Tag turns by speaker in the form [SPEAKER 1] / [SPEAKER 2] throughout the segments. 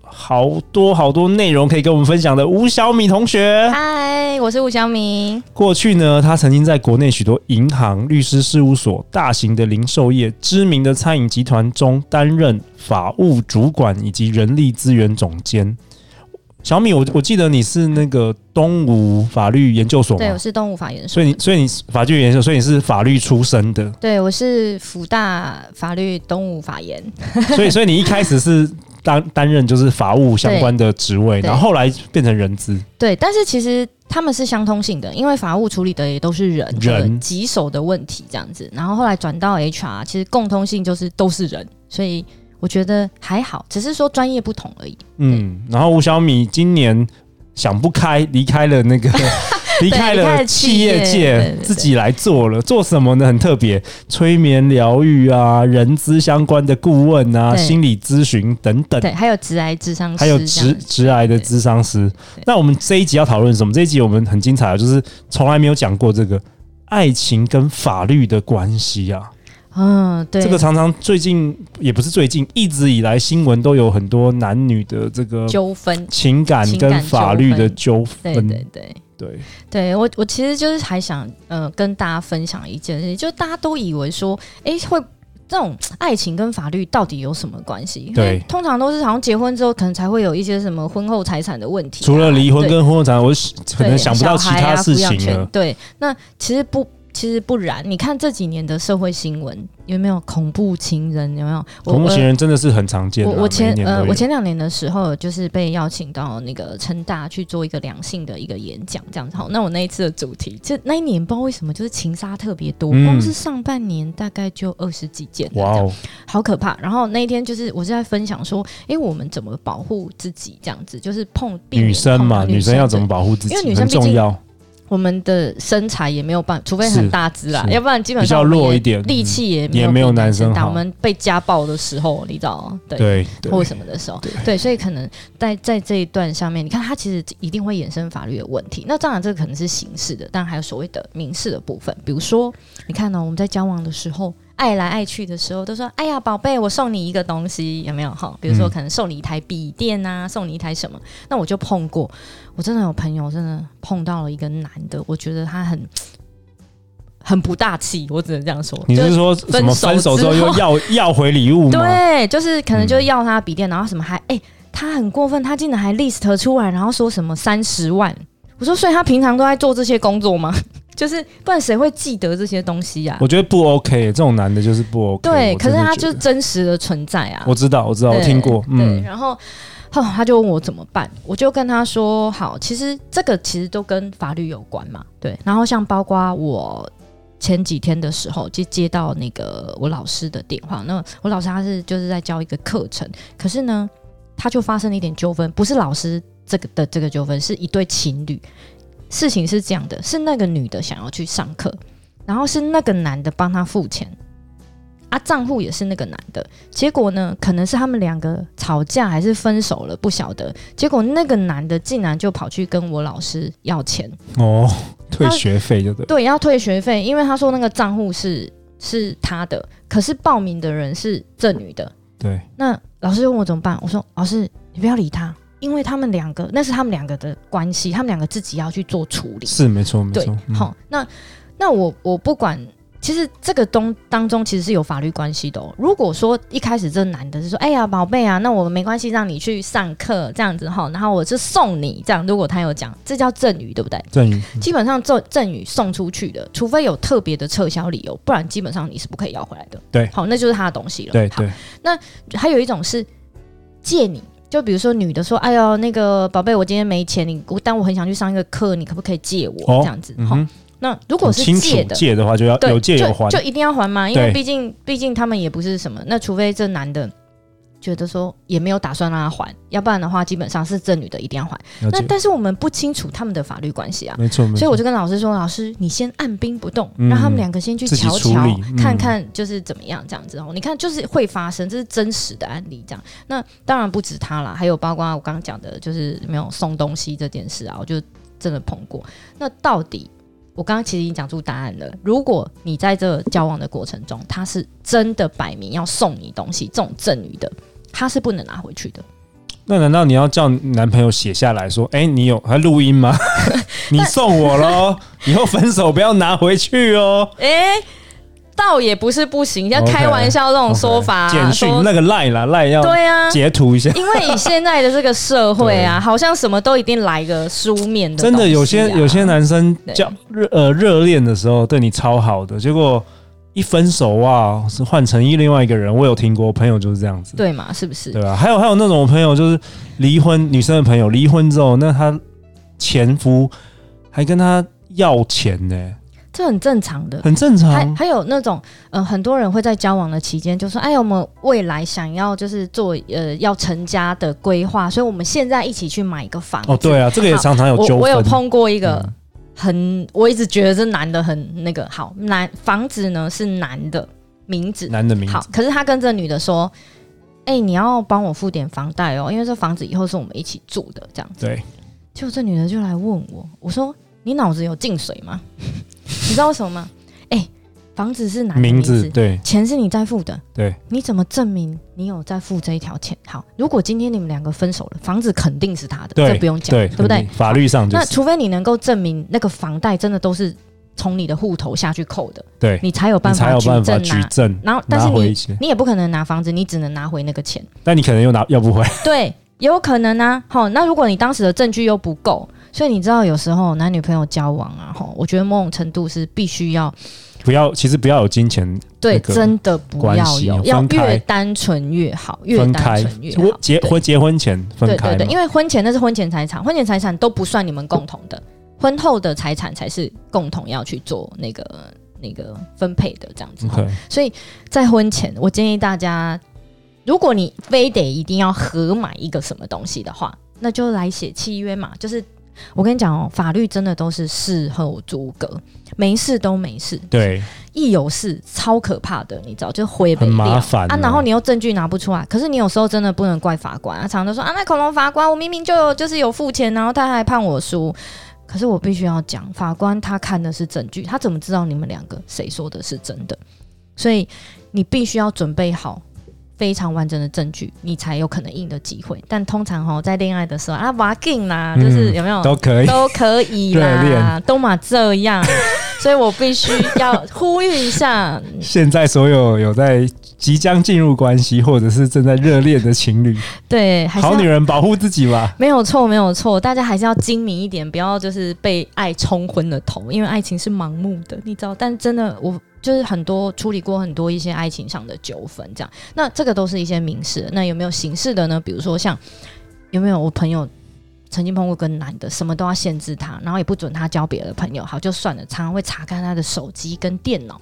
[SPEAKER 1] 好多好多内容可以跟我们分享的吴小米同学。哎
[SPEAKER 2] 嗨，我是吴小米。
[SPEAKER 1] 过去呢，他曾经在国内许多银行、律师事务所、大型的零售业、知名的餐饮集团中担任法务主管以及人力资源总监。小米，我我记得你是那个东吴法律研究所
[SPEAKER 2] 对，
[SPEAKER 1] 嘛
[SPEAKER 2] 我，是动物法研
[SPEAKER 1] 所
[SPEAKER 2] 所
[SPEAKER 1] 以你所以你是法律研究，所以你是法律出身 的，
[SPEAKER 2] 对，我是福大法律东吴法研。
[SPEAKER 1] 所以所以你一开始是担担任就是法务相关的职位，
[SPEAKER 2] 对
[SPEAKER 1] 然后后来变成人资，
[SPEAKER 2] 对，但是其实他们是相通性的，因为法务处理的也都是人
[SPEAKER 1] 人
[SPEAKER 2] 的棘手的问题这样子。然后后来转到 HR，其实共通性就是都是人，所以我觉得还好，只是说专业不同而已。
[SPEAKER 1] 嗯，然后吴小米今年想不开，离开了 那个。离开
[SPEAKER 2] 离开
[SPEAKER 1] 了
[SPEAKER 2] 了
[SPEAKER 1] 企
[SPEAKER 2] 企
[SPEAKER 1] 业
[SPEAKER 2] 业对
[SPEAKER 1] 界
[SPEAKER 2] 对，对
[SPEAKER 1] 自己来做了，做什么呢？很特别，催眠疗愈啊，人资相关的顾问啊，
[SPEAKER 2] 对
[SPEAKER 1] 心理咨询等等，
[SPEAKER 2] 对，还有直癌智商
[SPEAKER 1] 呃
[SPEAKER 2] 师
[SPEAKER 1] 还
[SPEAKER 2] 这
[SPEAKER 1] 有
[SPEAKER 2] 样
[SPEAKER 1] 直
[SPEAKER 2] 子，
[SPEAKER 1] 直癌的咨商师
[SPEAKER 2] 对。
[SPEAKER 1] 那我们这一集要讨论什么？这一集我们很精彩，啊就是从来没有讲过这个爱情跟法律的关系啊。
[SPEAKER 2] 嗯，对，
[SPEAKER 1] 这个常常最近也不是最近，一直以来新闻都有很多男女的这个
[SPEAKER 2] 纠纷，
[SPEAKER 1] 情感
[SPEAKER 2] 情
[SPEAKER 1] 跟
[SPEAKER 2] 感
[SPEAKER 1] 法
[SPEAKER 2] 纠
[SPEAKER 1] 律
[SPEAKER 2] 纷
[SPEAKER 1] 的纠
[SPEAKER 2] 对
[SPEAKER 1] 纷，
[SPEAKER 2] 对对。
[SPEAKER 1] 对
[SPEAKER 2] 对我，我其实就是还想，呃，跟大家分享一件事情，就是大家都以为说，诶，会这种爱情跟法律到底有什么关系？因为
[SPEAKER 1] 对
[SPEAKER 2] 通常都是好像结婚之后，可能才会有一些什么婚后财产的问题啊、
[SPEAKER 1] 除了离婚
[SPEAKER 2] 对
[SPEAKER 1] 跟婚后财产，我是可能
[SPEAKER 2] 对
[SPEAKER 1] 想不到其
[SPEAKER 2] 小孩
[SPEAKER 1] 他
[SPEAKER 2] 啊
[SPEAKER 1] 事
[SPEAKER 2] 抚养
[SPEAKER 1] 情
[SPEAKER 2] 权
[SPEAKER 1] 了。
[SPEAKER 2] 对，那其实不。其实不然，你看这几年的社会新闻，有没有恐怖情人？有没有？我
[SPEAKER 1] 恐怖
[SPEAKER 2] 我
[SPEAKER 1] 情人真的是很常见、啊，
[SPEAKER 2] 我我前
[SPEAKER 1] 每一年
[SPEAKER 2] 呃，
[SPEAKER 1] 都
[SPEAKER 2] 我
[SPEAKER 1] 有。
[SPEAKER 2] 前两年的时候，就是被邀请到那个成大去做一个良性的一个演讲，这样子。好，那我那一次的主题，就那一年不知道为什么就是情杀特别多，
[SPEAKER 1] 嗯
[SPEAKER 2] 光是上半年大概就二十几件，
[SPEAKER 1] 哇
[SPEAKER 2] 哇、
[SPEAKER 1] 哦，
[SPEAKER 2] 好可怕。然后那一天就是我是在分享说，诶，我们怎么保护自己，这样子就是碰避免
[SPEAKER 1] 女生嘛，
[SPEAKER 2] 碰到
[SPEAKER 1] 女生要怎么
[SPEAKER 2] 哦对
[SPEAKER 1] 保护自己
[SPEAKER 2] 因为女生
[SPEAKER 1] 很
[SPEAKER 2] 毕竟
[SPEAKER 1] 重要，
[SPEAKER 2] 我们的身材也没有办法，除非
[SPEAKER 1] 是
[SPEAKER 2] 很大只啦，
[SPEAKER 1] 是
[SPEAKER 2] 要不然基本
[SPEAKER 1] 比较
[SPEAKER 2] 上我们
[SPEAKER 1] 弱
[SPEAKER 2] 也
[SPEAKER 1] 一点嗯
[SPEAKER 2] 力气也
[SPEAKER 1] 也没
[SPEAKER 2] 没
[SPEAKER 1] 有
[SPEAKER 2] 有比
[SPEAKER 1] 男生
[SPEAKER 2] 大
[SPEAKER 1] 好
[SPEAKER 2] 我们被家暴的时候，你知道，对。
[SPEAKER 1] 对
[SPEAKER 2] 或
[SPEAKER 1] 对
[SPEAKER 2] 什么的时候，对，所以可能在在这一段上面，你看它其实一定会衍生法律的问题。那当然，这个可能是刑事的，但还有所谓的民事的部分，比如说，你看哦呢、我们在交往的时候。爱来爱去的时候，都说：“哎呀，宝贝，我送你一个东西，有没有？哈，比如说
[SPEAKER 1] 嗯
[SPEAKER 2] 可能送你一台笔电啊，送你一台什么？那我就碰过，我真的有朋友真的碰到了一个男的，我觉得他很很不大气，我只能这样说。
[SPEAKER 1] 你
[SPEAKER 2] 就是
[SPEAKER 1] 说什么分
[SPEAKER 2] 分
[SPEAKER 1] 手
[SPEAKER 2] 手
[SPEAKER 1] 之后
[SPEAKER 2] 之
[SPEAKER 1] 又
[SPEAKER 2] 后
[SPEAKER 1] 要要回礼物吗？
[SPEAKER 2] 对，就是可能就是要他的笔电，然后什么还哎、他很过分，他竟然还 list 出来，然后说什么三十万。我说，所以他平常都在做这些工作吗？ 就是不然谁会记得这些东西呀、
[SPEAKER 1] 我觉得不 OK，这种男的就是不 OK。
[SPEAKER 2] 对，
[SPEAKER 1] 我
[SPEAKER 2] 可
[SPEAKER 1] 真
[SPEAKER 2] 是
[SPEAKER 1] 的
[SPEAKER 2] 他
[SPEAKER 1] 觉
[SPEAKER 2] 就是
[SPEAKER 1] 得
[SPEAKER 2] 真实的存在啊。
[SPEAKER 1] 我知道，我知道，我
[SPEAKER 2] 对
[SPEAKER 1] 听过，
[SPEAKER 2] 对，
[SPEAKER 1] 嗯，
[SPEAKER 2] 然后哦，他就问我怎么办，我就跟他说，好，其实这个其实都跟法律有关嘛，对。然后像包括我前几天的时候，就接到那个我老师的电话，那我老师他是就是在教一个课程，可是呢，他就发生了一点纠纷，不是老师这个的这个纠纷，是一对情侣。事情是这样的，是那个女的想要去上课，然后是那个男的帮她付钱，啊，账户也是那个男的，结果呢，可能是他们两个吵架还是分手了，不晓得。结果那个男的竟然就跑去跟我老师要钱，
[SPEAKER 1] 哦，退
[SPEAKER 2] 他
[SPEAKER 1] 学费就对了，
[SPEAKER 2] 对，要退学费，因为他说那个账户是是他的，可是报名的人是这女的。
[SPEAKER 1] 对，
[SPEAKER 2] 那老师就问我怎么办，我说老师你不要理他，因为他们两个那是他们两个的关系，他们两个自己要去做处理。
[SPEAKER 1] 是没错，没
[SPEAKER 2] 对
[SPEAKER 1] 错，，嗯
[SPEAKER 2] 好、那那我我不管，其实这个东当中其实是有法律关系的、哦。如果说一开始这男的是说，哎呀，宝贝啊，那我没关系，让你去上课这样子哈，然后我就送你这样。如果他有讲，这叫赠与，对不对？
[SPEAKER 1] 郑宇，
[SPEAKER 2] 基本上赠赠与送出去的，除非有特别的撤销理由，不然基本上你是不可以要回来的。
[SPEAKER 1] 对
[SPEAKER 2] 好，那就是他的东西了。
[SPEAKER 1] 对
[SPEAKER 2] 好
[SPEAKER 1] 对，
[SPEAKER 2] 还有一种是借你，就比如说女的说：“哎呦，那个宝贝，我今天没钱，你我但我很想去上一个课，你可不可以借我？”
[SPEAKER 1] 哦
[SPEAKER 2] 这样子，
[SPEAKER 1] 嗯
[SPEAKER 2] 好、
[SPEAKER 1] 哼，
[SPEAKER 2] 那如果
[SPEAKER 1] 很
[SPEAKER 2] 是
[SPEAKER 1] 清
[SPEAKER 2] 借
[SPEAKER 1] 楚
[SPEAKER 2] 的，
[SPEAKER 1] 借的话就要
[SPEAKER 2] 对，
[SPEAKER 1] 有借有还
[SPEAKER 2] 就，就一定要还嘛，因为
[SPEAKER 1] 对
[SPEAKER 2] 毕竟毕竟他们也不是什么，那除非这男的。觉得说也没有打算让他还，要不然的话，基本上是这女的一定要还。
[SPEAKER 1] 了
[SPEAKER 2] 那
[SPEAKER 1] 解，
[SPEAKER 2] 但是我们不清楚他们的法律关系啊，
[SPEAKER 1] 没错，没错。
[SPEAKER 2] 所以我就跟老师说：“老师，你先按兵不动，
[SPEAKER 1] 嗯
[SPEAKER 2] 让他们两个先去
[SPEAKER 1] 自己
[SPEAKER 2] 瞧
[SPEAKER 1] 处
[SPEAKER 2] 瞧
[SPEAKER 1] 理，嗯
[SPEAKER 2] 看看就是怎么样这样子哦。你看，就是会发生，这是真实的案例这样。那当然不止他啦，还有包括我刚刚讲的，就是没有送东西这件事啊，我就真的碰过。那到底我刚刚其实已经讲出答案了。如果你在这交往的过程中，他是真的摆明要送你东西，这种赠与的，他是不能拿回去的。
[SPEAKER 1] 那难道你要叫男朋友写下来说，哎、你有还录音 吗？你送我喽，以后分手不要拿回去哦。
[SPEAKER 2] 哎、倒也不是不行，要
[SPEAKER 1] OK，
[SPEAKER 2] 开玩笑这种说法、啊
[SPEAKER 1] OK，简讯
[SPEAKER 2] 说
[SPEAKER 1] 那个 line 啦，line 要
[SPEAKER 2] 对啊，
[SPEAKER 1] 截图一下。
[SPEAKER 2] 因为以现在的这个社会啊，好像什么都一定来个书面的、啊
[SPEAKER 1] 真的有些有些，男生
[SPEAKER 2] 对
[SPEAKER 1] 叫热呃热恋的时候对你超好的，结果一分手哇，是换成另外一个人。我有听过，我朋友就是这样子，
[SPEAKER 2] 对嘛？是不是？
[SPEAKER 1] 对吧？还有还有那种朋友就是离婚，女生的朋友离婚之后，那她前夫还跟她要钱呢、
[SPEAKER 2] 这很正常的。
[SPEAKER 1] 很正
[SPEAKER 2] 还
[SPEAKER 1] 常。
[SPEAKER 2] 还有那种，呃，很多人会在交往的期间就说：“哎，我们未来想要就是做呃要成家的规划，所以我们现在一起去买一个房子。”
[SPEAKER 1] 哦，对啊，这个也
[SPEAKER 2] 好
[SPEAKER 1] 常常有纠纷。
[SPEAKER 2] 我我有碰过一个
[SPEAKER 1] 嗯
[SPEAKER 2] 很，我一直觉得这男的很那个好，男房子呢是男的名字，
[SPEAKER 1] 男的名字
[SPEAKER 2] 好，，可是他跟这女的说：“哎、你要帮我付点房贷哦，因为这房子以后是我们一起住的。”这样，
[SPEAKER 1] 对，
[SPEAKER 2] 结果这女的就来问我，我说：“你脑子有进水吗？ 你知道为什么吗？哎、房子是男的
[SPEAKER 1] 名
[SPEAKER 2] 名
[SPEAKER 1] 字对
[SPEAKER 2] 钱是你在付的，
[SPEAKER 1] 对，
[SPEAKER 2] 你怎么证明你有在付这一条钱？好，如果今天你们两个分手了，房子肯定是他的，
[SPEAKER 1] 对
[SPEAKER 2] 这不用讲，
[SPEAKER 1] 对
[SPEAKER 2] 对不对？
[SPEAKER 1] 法律上就
[SPEAKER 2] 那
[SPEAKER 1] 是
[SPEAKER 2] 除非你能够证明那个房贷真的都是从你的户头下去扣的，
[SPEAKER 1] 对，
[SPEAKER 2] 你才有
[SPEAKER 1] 你
[SPEAKER 2] 办
[SPEAKER 1] 才
[SPEAKER 2] 法
[SPEAKER 1] 有
[SPEAKER 2] 举
[SPEAKER 1] 办法
[SPEAKER 2] 证
[SPEAKER 1] 举
[SPEAKER 2] 拿。
[SPEAKER 1] 证，
[SPEAKER 2] 然后，但
[SPEAKER 1] 拿
[SPEAKER 2] 是
[SPEAKER 1] 回
[SPEAKER 2] 你
[SPEAKER 1] 一些，
[SPEAKER 2] 你也不可能拿房子，你只能拿回那个钱。
[SPEAKER 1] 但你可能又拿要不回。
[SPEAKER 2] 对，也有可能啊。好，那如果你当时的证据又不够，所以你知道有时候男女朋友交往啊，吼，我觉得某种程度是必须要
[SPEAKER 1] 不要，其实不要有金钱
[SPEAKER 2] 对，
[SPEAKER 1] 那个
[SPEAKER 2] 真的不
[SPEAKER 1] 关
[SPEAKER 2] 要
[SPEAKER 1] 系啊
[SPEAKER 2] 有，
[SPEAKER 1] 分
[SPEAKER 2] 要
[SPEAKER 1] 开
[SPEAKER 2] 越单纯越好，越
[SPEAKER 1] 分
[SPEAKER 2] 单
[SPEAKER 1] 开
[SPEAKER 2] 纯越，
[SPEAKER 1] 我
[SPEAKER 2] 好。
[SPEAKER 1] 结
[SPEAKER 2] 对
[SPEAKER 1] 婚结婚前分
[SPEAKER 2] 对
[SPEAKER 1] 开嘛，
[SPEAKER 2] 对对，因为婚前那是婚前财产，婚前财产都不算你们共同的，婚后的财产才是共同要去做那个那个分配的这样子。
[SPEAKER 1] OK，
[SPEAKER 2] 所以在婚前，我建议大家，如果你非得一定要合买一个什么东西的话，那就来写契约嘛。就是我跟你讲哦，法律真的都是事后诸葛，没事都没事，
[SPEAKER 1] 对，
[SPEAKER 2] 一有事超可怕的，你知道，就灰
[SPEAKER 1] 很
[SPEAKER 2] 白
[SPEAKER 1] 麻
[SPEAKER 2] 掉
[SPEAKER 1] 烦
[SPEAKER 2] 啊。
[SPEAKER 1] 啊
[SPEAKER 2] 然后你又证据拿不出来，可是你有时候真的不能怪法官啊，常常都说啊，那恐龙法官，我明明就有就是有付钱，然后他还判我输。可是我必须要讲，法官他看的是证据，他怎么知道你们两个谁说的是真的？所以你必须要准备好非常完整的证据，你才有可能赢的机会。但通常哦，在恋爱的时候啊，哇劲啦，就是
[SPEAKER 1] 嗯
[SPEAKER 2] 有没有、
[SPEAKER 1] 都可以。
[SPEAKER 2] 都可以
[SPEAKER 1] 热
[SPEAKER 2] 啦
[SPEAKER 1] 恋，
[SPEAKER 2] 都嘛这 样，所以我必须要呼吁一下，
[SPEAKER 1] 现在所有有在即将进入关系或者是正在热恋的情侣，
[SPEAKER 2] 对，还是
[SPEAKER 1] 好女
[SPEAKER 2] 要
[SPEAKER 1] 人保护自己吧。
[SPEAKER 2] 没有错，没有错，大家还是要精明一点，不要就是被爱冲昏了头，因为爱情是盲目的，你知道。但真的，我就是很多处理过很多一些爱情上的纠纷，这样。那这个都是一些民事的，那有没有刑事的呢？比如说像有没有我朋友曾经碰过跟男的，什么都要限制他，然后也不准他交别的朋友，好就算了，常常会查看他的手机跟电脑。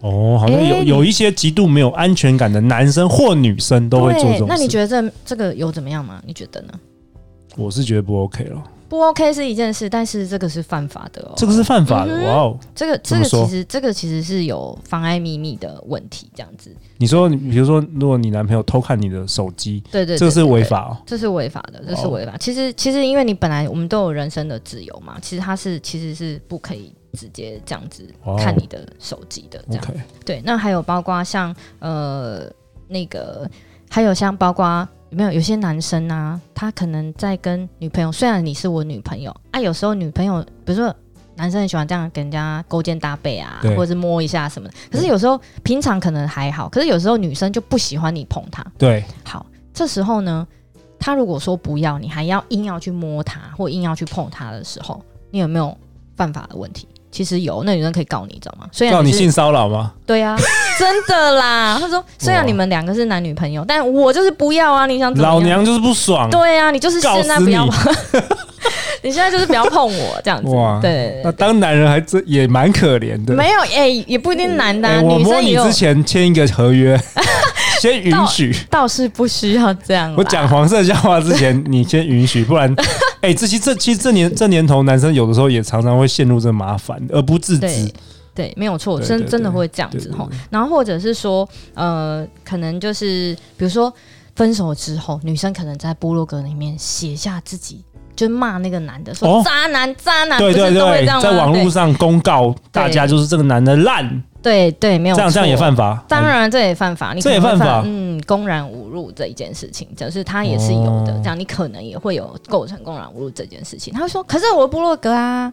[SPEAKER 1] 哦，好像
[SPEAKER 2] 哎
[SPEAKER 1] 有
[SPEAKER 2] 你
[SPEAKER 1] 有一些极度没有安全感的男生或女生都会
[SPEAKER 2] 对，
[SPEAKER 1] 做这种事。
[SPEAKER 2] 那你觉得这这个有怎么样吗？你觉得呢？哦
[SPEAKER 1] 我是觉得不 OK 了，
[SPEAKER 2] 不 OK 是一件事，但是这个是犯法的哦。
[SPEAKER 1] 这个是犯法的。
[SPEAKER 2] 嗯哼
[SPEAKER 1] 哇哦，
[SPEAKER 2] 这个
[SPEAKER 1] 怎
[SPEAKER 2] 这
[SPEAKER 1] 么
[SPEAKER 2] 个
[SPEAKER 1] 说
[SPEAKER 2] 其实这个其实是有妨碍秘密的问题，这样子。
[SPEAKER 1] 你说，你比如说，如果你男朋友偷看你的手机，
[SPEAKER 2] 对对对
[SPEAKER 1] 这个是
[SPEAKER 2] 对对
[SPEAKER 1] 违法哦。
[SPEAKER 2] 这是违法的，这是
[SPEAKER 1] 哦
[SPEAKER 2] 违法。其实其实因为你本来我们都有人身的自由嘛，其实他是其实是不可以直接这样子
[SPEAKER 1] 哇哦
[SPEAKER 2] 看你的手机的，这样。
[SPEAKER 1] OK，
[SPEAKER 2] 对，那还有包括像呃那个，还有像包括有没有有些男生啊，他可能在跟女朋友，虽然你是我女朋友啊，有时候女朋友比如说。男生很喜欢这样跟人家勾肩搭背啊
[SPEAKER 1] 对，
[SPEAKER 2] 或者是摸一下什么的。可是有时候平常可能还好，可是有时候女生就不喜欢你碰她。
[SPEAKER 1] 对，
[SPEAKER 2] 好，这时候呢，他如果说不要，你还要硬要去摸他或硬要去碰他的时候，你有没有犯法的问题？其实有，那女生可以告你，你知道吗？虽然
[SPEAKER 1] 告你
[SPEAKER 2] 是
[SPEAKER 1] 性骚扰吗？
[SPEAKER 2] 对啊， 真的啦。他说，虽然你们两个是男女朋友，但我就是不要啊！你想怎么样
[SPEAKER 1] 老？娘就是不爽。
[SPEAKER 2] 对啊，你就是
[SPEAKER 1] 告
[SPEAKER 2] 现
[SPEAKER 1] 死
[SPEAKER 2] 在不要
[SPEAKER 1] 你，
[SPEAKER 2] 你现在就是不要碰我这样子
[SPEAKER 1] 哇。
[SPEAKER 2] 对，
[SPEAKER 1] 那当男人还真也蛮可怜的。
[SPEAKER 2] 没有哎、也不一定男的啊、
[SPEAKER 1] 哎我
[SPEAKER 2] 女
[SPEAKER 1] 摸
[SPEAKER 2] 生
[SPEAKER 1] 你
[SPEAKER 2] 也有
[SPEAKER 1] 之前签一个合约，先允许。
[SPEAKER 2] 倒是不需要这样啦。
[SPEAKER 1] 我讲黄色笑话之前，你先允许，不 然，哎、这其实这其实这年这年头，男生有的时候也常常会陷入这麻烦，而不自知
[SPEAKER 2] 对。对，没有错，
[SPEAKER 1] 对
[SPEAKER 2] 真
[SPEAKER 1] 对
[SPEAKER 2] 真的
[SPEAKER 1] 对
[SPEAKER 2] 会这样
[SPEAKER 1] 对
[SPEAKER 2] 子
[SPEAKER 1] 对
[SPEAKER 2] 吼。然后或者是说，呃，可能就是比如说分手之后，女生可能在部落格里面写下自己。就骂那个男的说
[SPEAKER 1] 哦
[SPEAKER 2] 渣男，渣男，
[SPEAKER 1] 对
[SPEAKER 2] 啊不
[SPEAKER 1] 对
[SPEAKER 2] 是都会
[SPEAKER 1] 对
[SPEAKER 2] 这样，吗
[SPEAKER 1] 在网络上公告大家就是这个男的烂，
[SPEAKER 2] 对对对，没有
[SPEAKER 1] 这样这样也
[SPEAKER 2] 错
[SPEAKER 1] 犯法。
[SPEAKER 2] 当然，这也犯法，你
[SPEAKER 1] 这也
[SPEAKER 2] 可能会
[SPEAKER 1] 犯法
[SPEAKER 2] 嗯，公然侮辱这一件事情，就是他也是有的，
[SPEAKER 1] 哦
[SPEAKER 2] 这样你可能也会有构成公然侮辱这件事情。他会说，可是我的部落格啊，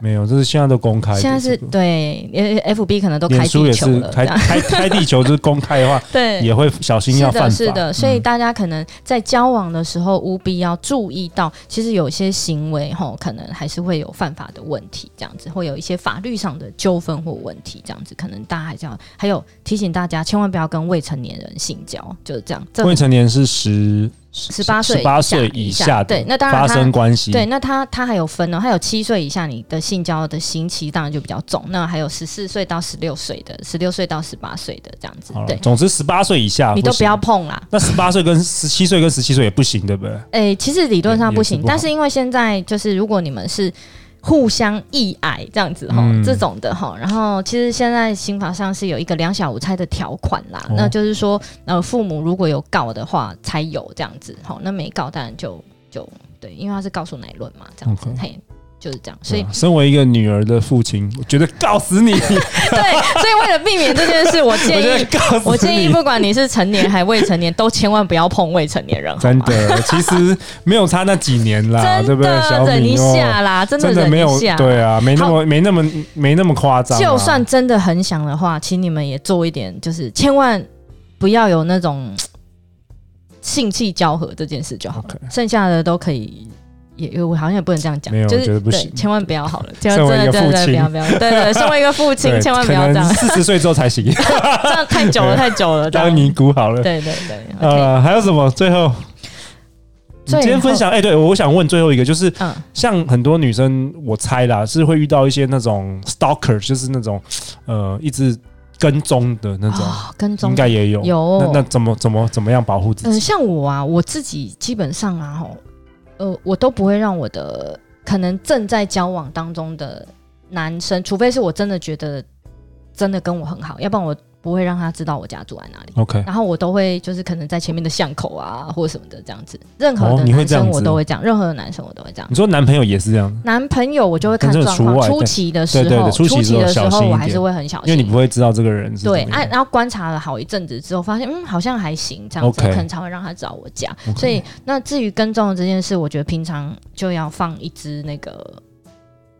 [SPEAKER 1] 没有，这是现在都公开的。
[SPEAKER 2] 现在是
[SPEAKER 1] 这个
[SPEAKER 2] 对，也 FB 可能都开
[SPEAKER 1] 脸书
[SPEAKER 2] 地
[SPEAKER 1] 也
[SPEAKER 2] 球
[SPEAKER 1] 是
[SPEAKER 2] 了，这
[SPEAKER 1] 开
[SPEAKER 2] 样
[SPEAKER 1] 开 开地球，就是公开的话
[SPEAKER 2] 对，
[SPEAKER 1] 也会小心要
[SPEAKER 2] 是
[SPEAKER 1] 犯
[SPEAKER 2] 的，
[SPEAKER 1] 法。
[SPEAKER 2] 是的，所以
[SPEAKER 1] 嗯
[SPEAKER 2] 大家可能在交往的时候，务必要注意到，其实有些行为吼，可能还是会有犯法的问题，这样子会有一些法律上的纠纷或问题，这样子可能大家还是要还有提醒大家，千万不要跟未成年人性交，就是这样。这
[SPEAKER 1] 未成年是十
[SPEAKER 2] 十八岁
[SPEAKER 1] 十八岁以
[SPEAKER 2] 以
[SPEAKER 1] 下的
[SPEAKER 2] 对，那当然
[SPEAKER 1] 发
[SPEAKER 2] 他
[SPEAKER 1] 生关系，
[SPEAKER 2] 对，那他他还有分哦，他有七岁以下你的性交的刑期当然就比较重，那还有十四岁到十六岁的，十六岁到十八岁的这样子
[SPEAKER 1] 好，了，
[SPEAKER 2] 对，
[SPEAKER 1] 总之十八岁以下
[SPEAKER 2] 你都
[SPEAKER 1] 行
[SPEAKER 2] 不要。碰啦。
[SPEAKER 1] 那十八岁跟十七岁跟十七岁也不行，对不对？
[SPEAKER 2] 诶、其实理论上
[SPEAKER 1] 也
[SPEAKER 2] 不
[SPEAKER 1] 也是
[SPEAKER 2] 行，
[SPEAKER 1] 不好
[SPEAKER 2] 但是因为现在就是如果你们是互相意爱这样子哈，
[SPEAKER 1] 嗯
[SPEAKER 2] 这种的哈，然后其实现在刑法上是有一个两小无猜的条款啦，
[SPEAKER 1] 哦
[SPEAKER 2] 那就是说呃父母如果有告的话才有这样子，好，那没告当然就就对，因为他是告诉乃论嘛，这样子
[SPEAKER 1] OK
[SPEAKER 2] 嘿。就是这样，所以
[SPEAKER 1] 对啊身为一个女儿的父亲，我觉得告死 你！我
[SPEAKER 2] 对， 所以为了避免这件事，我建
[SPEAKER 1] 觉得
[SPEAKER 2] 议，
[SPEAKER 1] 告死你！
[SPEAKER 2] 我建议，不管你是成年还未成年，都千万不要碰未成年人，好
[SPEAKER 1] 真
[SPEAKER 2] 吗？
[SPEAKER 1] 的，啊其实没有差那几年啦，对
[SPEAKER 2] 真
[SPEAKER 1] 不对？小
[SPEAKER 2] 的忍一
[SPEAKER 1] 米
[SPEAKER 2] 下
[SPEAKER 1] 哦，
[SPEAKER 2] 啦，真的
[SPEAKER 1] 真的
[SPEAKER 2] 忍
[SPEAKER 1] 没有
[SPEAKER 2] 一下，
[SPEAKER 1] 对啊，没那么没那么没那么夸张啊。
[SPEAKER 2] 就算真的很想的话，请你们也做一点，就是千万不要有那种嘖性气交合这件事就好了
[SPEAKER 1] OK
[SPEAKER 2] 剩下的都可以。也也我好像也不能这样讲
[SPEAKER 1] 没有，
[SPEAKER 2] 就
[SPEAKER 1] 我觉
[SPEAKER 2] 是
[SPEAKER 1] 得不
[SPEAKER 2] 对，
[SPEAKER 1] 行
[SPEAKER 2] 千万不要好了，千
[SPEAKER 1] 身
[SPEAKER 2] 万
[SPEAKER 1] 为
[SPEAKER 2] 真
[SPEAKER 1] 一
[SPEAKER 2] 的
[SPEAKER 1] 个
[SPEAKER 2] 真的真的
[SPEAKER 1] 父
[SPEAKER 2] 不
[SPEAKER 1] 亲
[SPEAKER 2] 要不要，对对，身为一个父亲，千万不要这样，
[SPEAKER 1] 四十岁之后才 行，
[SPEAKER 2] 这样太久了，太久了，这样
[SPEAKER 1] 当尼姑好了。
[SPEAKER 2] 对对对，OK，
[SPEAKER 1] 呃，还有什么？最后，你
[SPEAKER 2] 最
[SPEAKER 1] 今天分
[SPEAKER 2] 后
[SPEAKER 1] 享，哎、对我想问最后一个，就是
[SPEAKER 2] 嗯，
[SPEAKER 1] 像很多女生，我猜啦，是会遇到一些那种 stalker，就是那种呃一直跟踪的那种，
[SPEAKER 2] 哦，跟踪
[SPEAKER 1] 应该也有。
[SPEAKER 2] 有
[SPEAKER 1] 那那怎么怎么怎么样保护自
[SPEAKER 2] 哦嗯，
[SPEAKER 1] 己？
[SPEAKER 2] 像我啊，我自己基本上啊，吼，呃，我都不会让我的可能正在交往当中的男生，除非是我真的觉得真的跟我很好，要不然我不会让他知道我家住在哪里。
[SPEAKER 1] OK，
[SPEAKER 2] 然后我都会就是可能在前面的巷口啊，或者什么的这样子，任何
[SPEAKER 1] 哦
[SPEAKER 2] 的
[SPEAKER 1] 你会
[SPEAKER 2] 男
[SPEAKER 1] 这样
[SPEAKER 2] 生我
[SPEAKER 1] 子嗯
[SPEAKER 2] 都会这样，任何的男生我都会这样
[SPEAKER 1] 你。说男朋友也是这样，
[SPEAKER 2] 男朋友我就会看
[SPEAKER 1] 男生
[SPEAKER 2] 状
[SPEAKER 1] 有
[SPEAKER 2] 况，
[SPEAKER 1] 除外
[SPEAKER 2] 初
[SPEAKER 1] 对
[SPEAKER 2] 期的时候，
[SPEAKER 1] 对对对初期的时候
[SPEAKER 2] 的时
[SPEAKER 1] 小心
[SPEAKER 2] 候
[SPEAKER 1] 一
[SPEAKER 2] 我还是
[SPEAKER 1] 点
[SPEAKER 2] 会很小心，
[SPEAKER 1] 因为你不会知道这个人是
[SPEAKER 2] 对，
[SPEAKER 1] 怎么
[SPEAKER 2] 啊
[SPEAKER 1] 样，
[SPEAKER 2] 然后观察了好一阵子之后，发现嗯，好像还行，这样子
[SPEAKER 1] OK
[SPEAKER 2] 可能才会让他找我家。
[SPEAKER 1] OK 哦
[SPEAKER 2] 所以，那至于跟踪的这件事，我觉得平常就要放一支那个。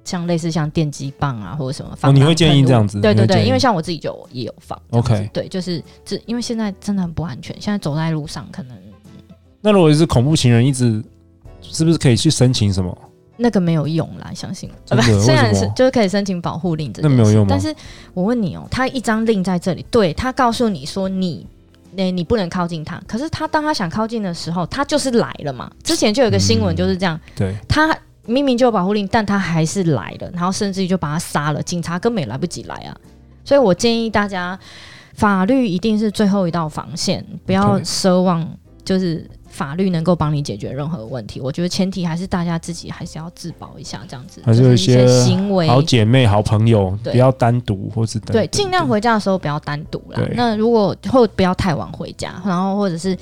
[SPEAKER 2] 像类似像电击棒啊，或者什么放、
[SPEAKER 1] 哦你会建议这样子
[SPEAKER 2] 对
[SPEAKER 1] 你
[SPEAKER 2] 对
[SPEAKER 1] 会
[SPEAKER 2] 对，
[SPEAKER 1] 建议
[SPEAKER 2] 因为像我自己就也有放这样子
[SPEAKER 1] OK
[SPEAKER 2] 对，就是这，因为现在真的很不安全，现在走在路上可能
[SPEAKER 1] 那如果是恐怖情人，一直是不是可以去申请什么？
[SPEAKER 2] 那个没有用啦，相信我。
[SPEAKER 1] 真的
[SPEAKER 2] 不 虽然
[SPEAKER 1] 为什
[SPEAKER 2] 是
[SPEAKER 1] 么
[SPEAKER 2] 就是可以申请保护令这件事，
[SPEAKER 1] 那没有用吗
[SPEAKER 2] 但是我问你哦、他一张令在这里，对他告诉你说你。那你不能靠近他，可是他当他想靠近的时候，他就是来了嘛。之前就有一个新闻
[SPEAKER 1] 嗯
[SPEAKER 2] 就是这样，
[SPEAKER 1] 对，
[SPEAKER 2] 他明明就有保护令，但他还是来了，然后甚至于就把他杀了，警察根本也来不及来啊。所以我建议大家，法律一定是最后一道防线，不要
[SPEAKER 1] OK
[SPEAKER 2] 奢望就是法律能够帮你解决任何问题。我觉得前提还是大家自己还是要自保一下，这样子
[SPEAKER 1] 还是
[SPEAKER 2] 就
[SPEAKER 1] 有
[SPEAKER 2] 一
[SPEAKER 1] 一些
[SPEAKER 2] 些行为。
[SPEAKER 1] 好姐妹、好朋友，
[SPEAKER 2] 对
[SPEAKER 1] 不要单独或是等
[SPEAKER 2] 对，尽量回家的时候不要单独啦
[SPEAKER 1] 对。
[SPEAKER 2] 那如果或不要太晚回家，然后或者是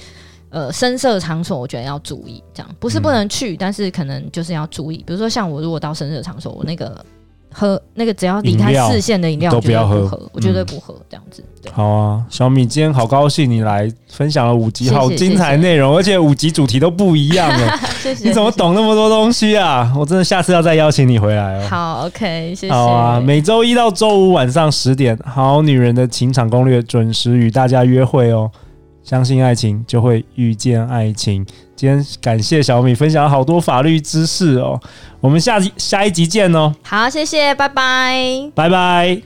[SPEAKER 2] 呃深色场所，我觉得要注意，这样不是不
[SPEAKER 1] 嗯
[SPEAKER 2] 能去，但是可能就是要注意。比如说像我如果到深色场所，我那个喝那个只要离开
[SPEAKER 1] 饮料
[SPEAKER 2] 视线的饮料，
[SPEAKER 1] 都
[SPEAKER 2] 我绝
[SPEAKER 1] 不
[SPEAKER 2] 对
[SPEAKER 1] 要喝
[SPEAKER 2] 不喝，我绝对
[SPEAKER 1] 嗯
[SPEAKER 2] 不喝这样子。对，
[SPEAKER 1] 好啊，小米，今天好高兴你来分享了五集
[SPEAKER 2] 谢谢
[SPEAKER 1] 好精彩的内容，而且五集主题都不一样哎，
[SPEAKER 2] 谢谢。
[SPEAKER 1] 你怎么懂那么多东西啊？我真的下次要再邀请你回来哦。
[SPEAKER 2] 好，OK，谢谢。
[SPEAKER 1] 好啊，每周一到周五晚上十点，《好女人的情场攻略》准时与大家约会哦。相信爱情，就会遇见爱情。今天感谢小米分享了好多法律知识哦，我们下集下一集见哦，
[SPEAKER 2] 好，谢谢，拜拜。
[SPEAKER 1] 拜拜。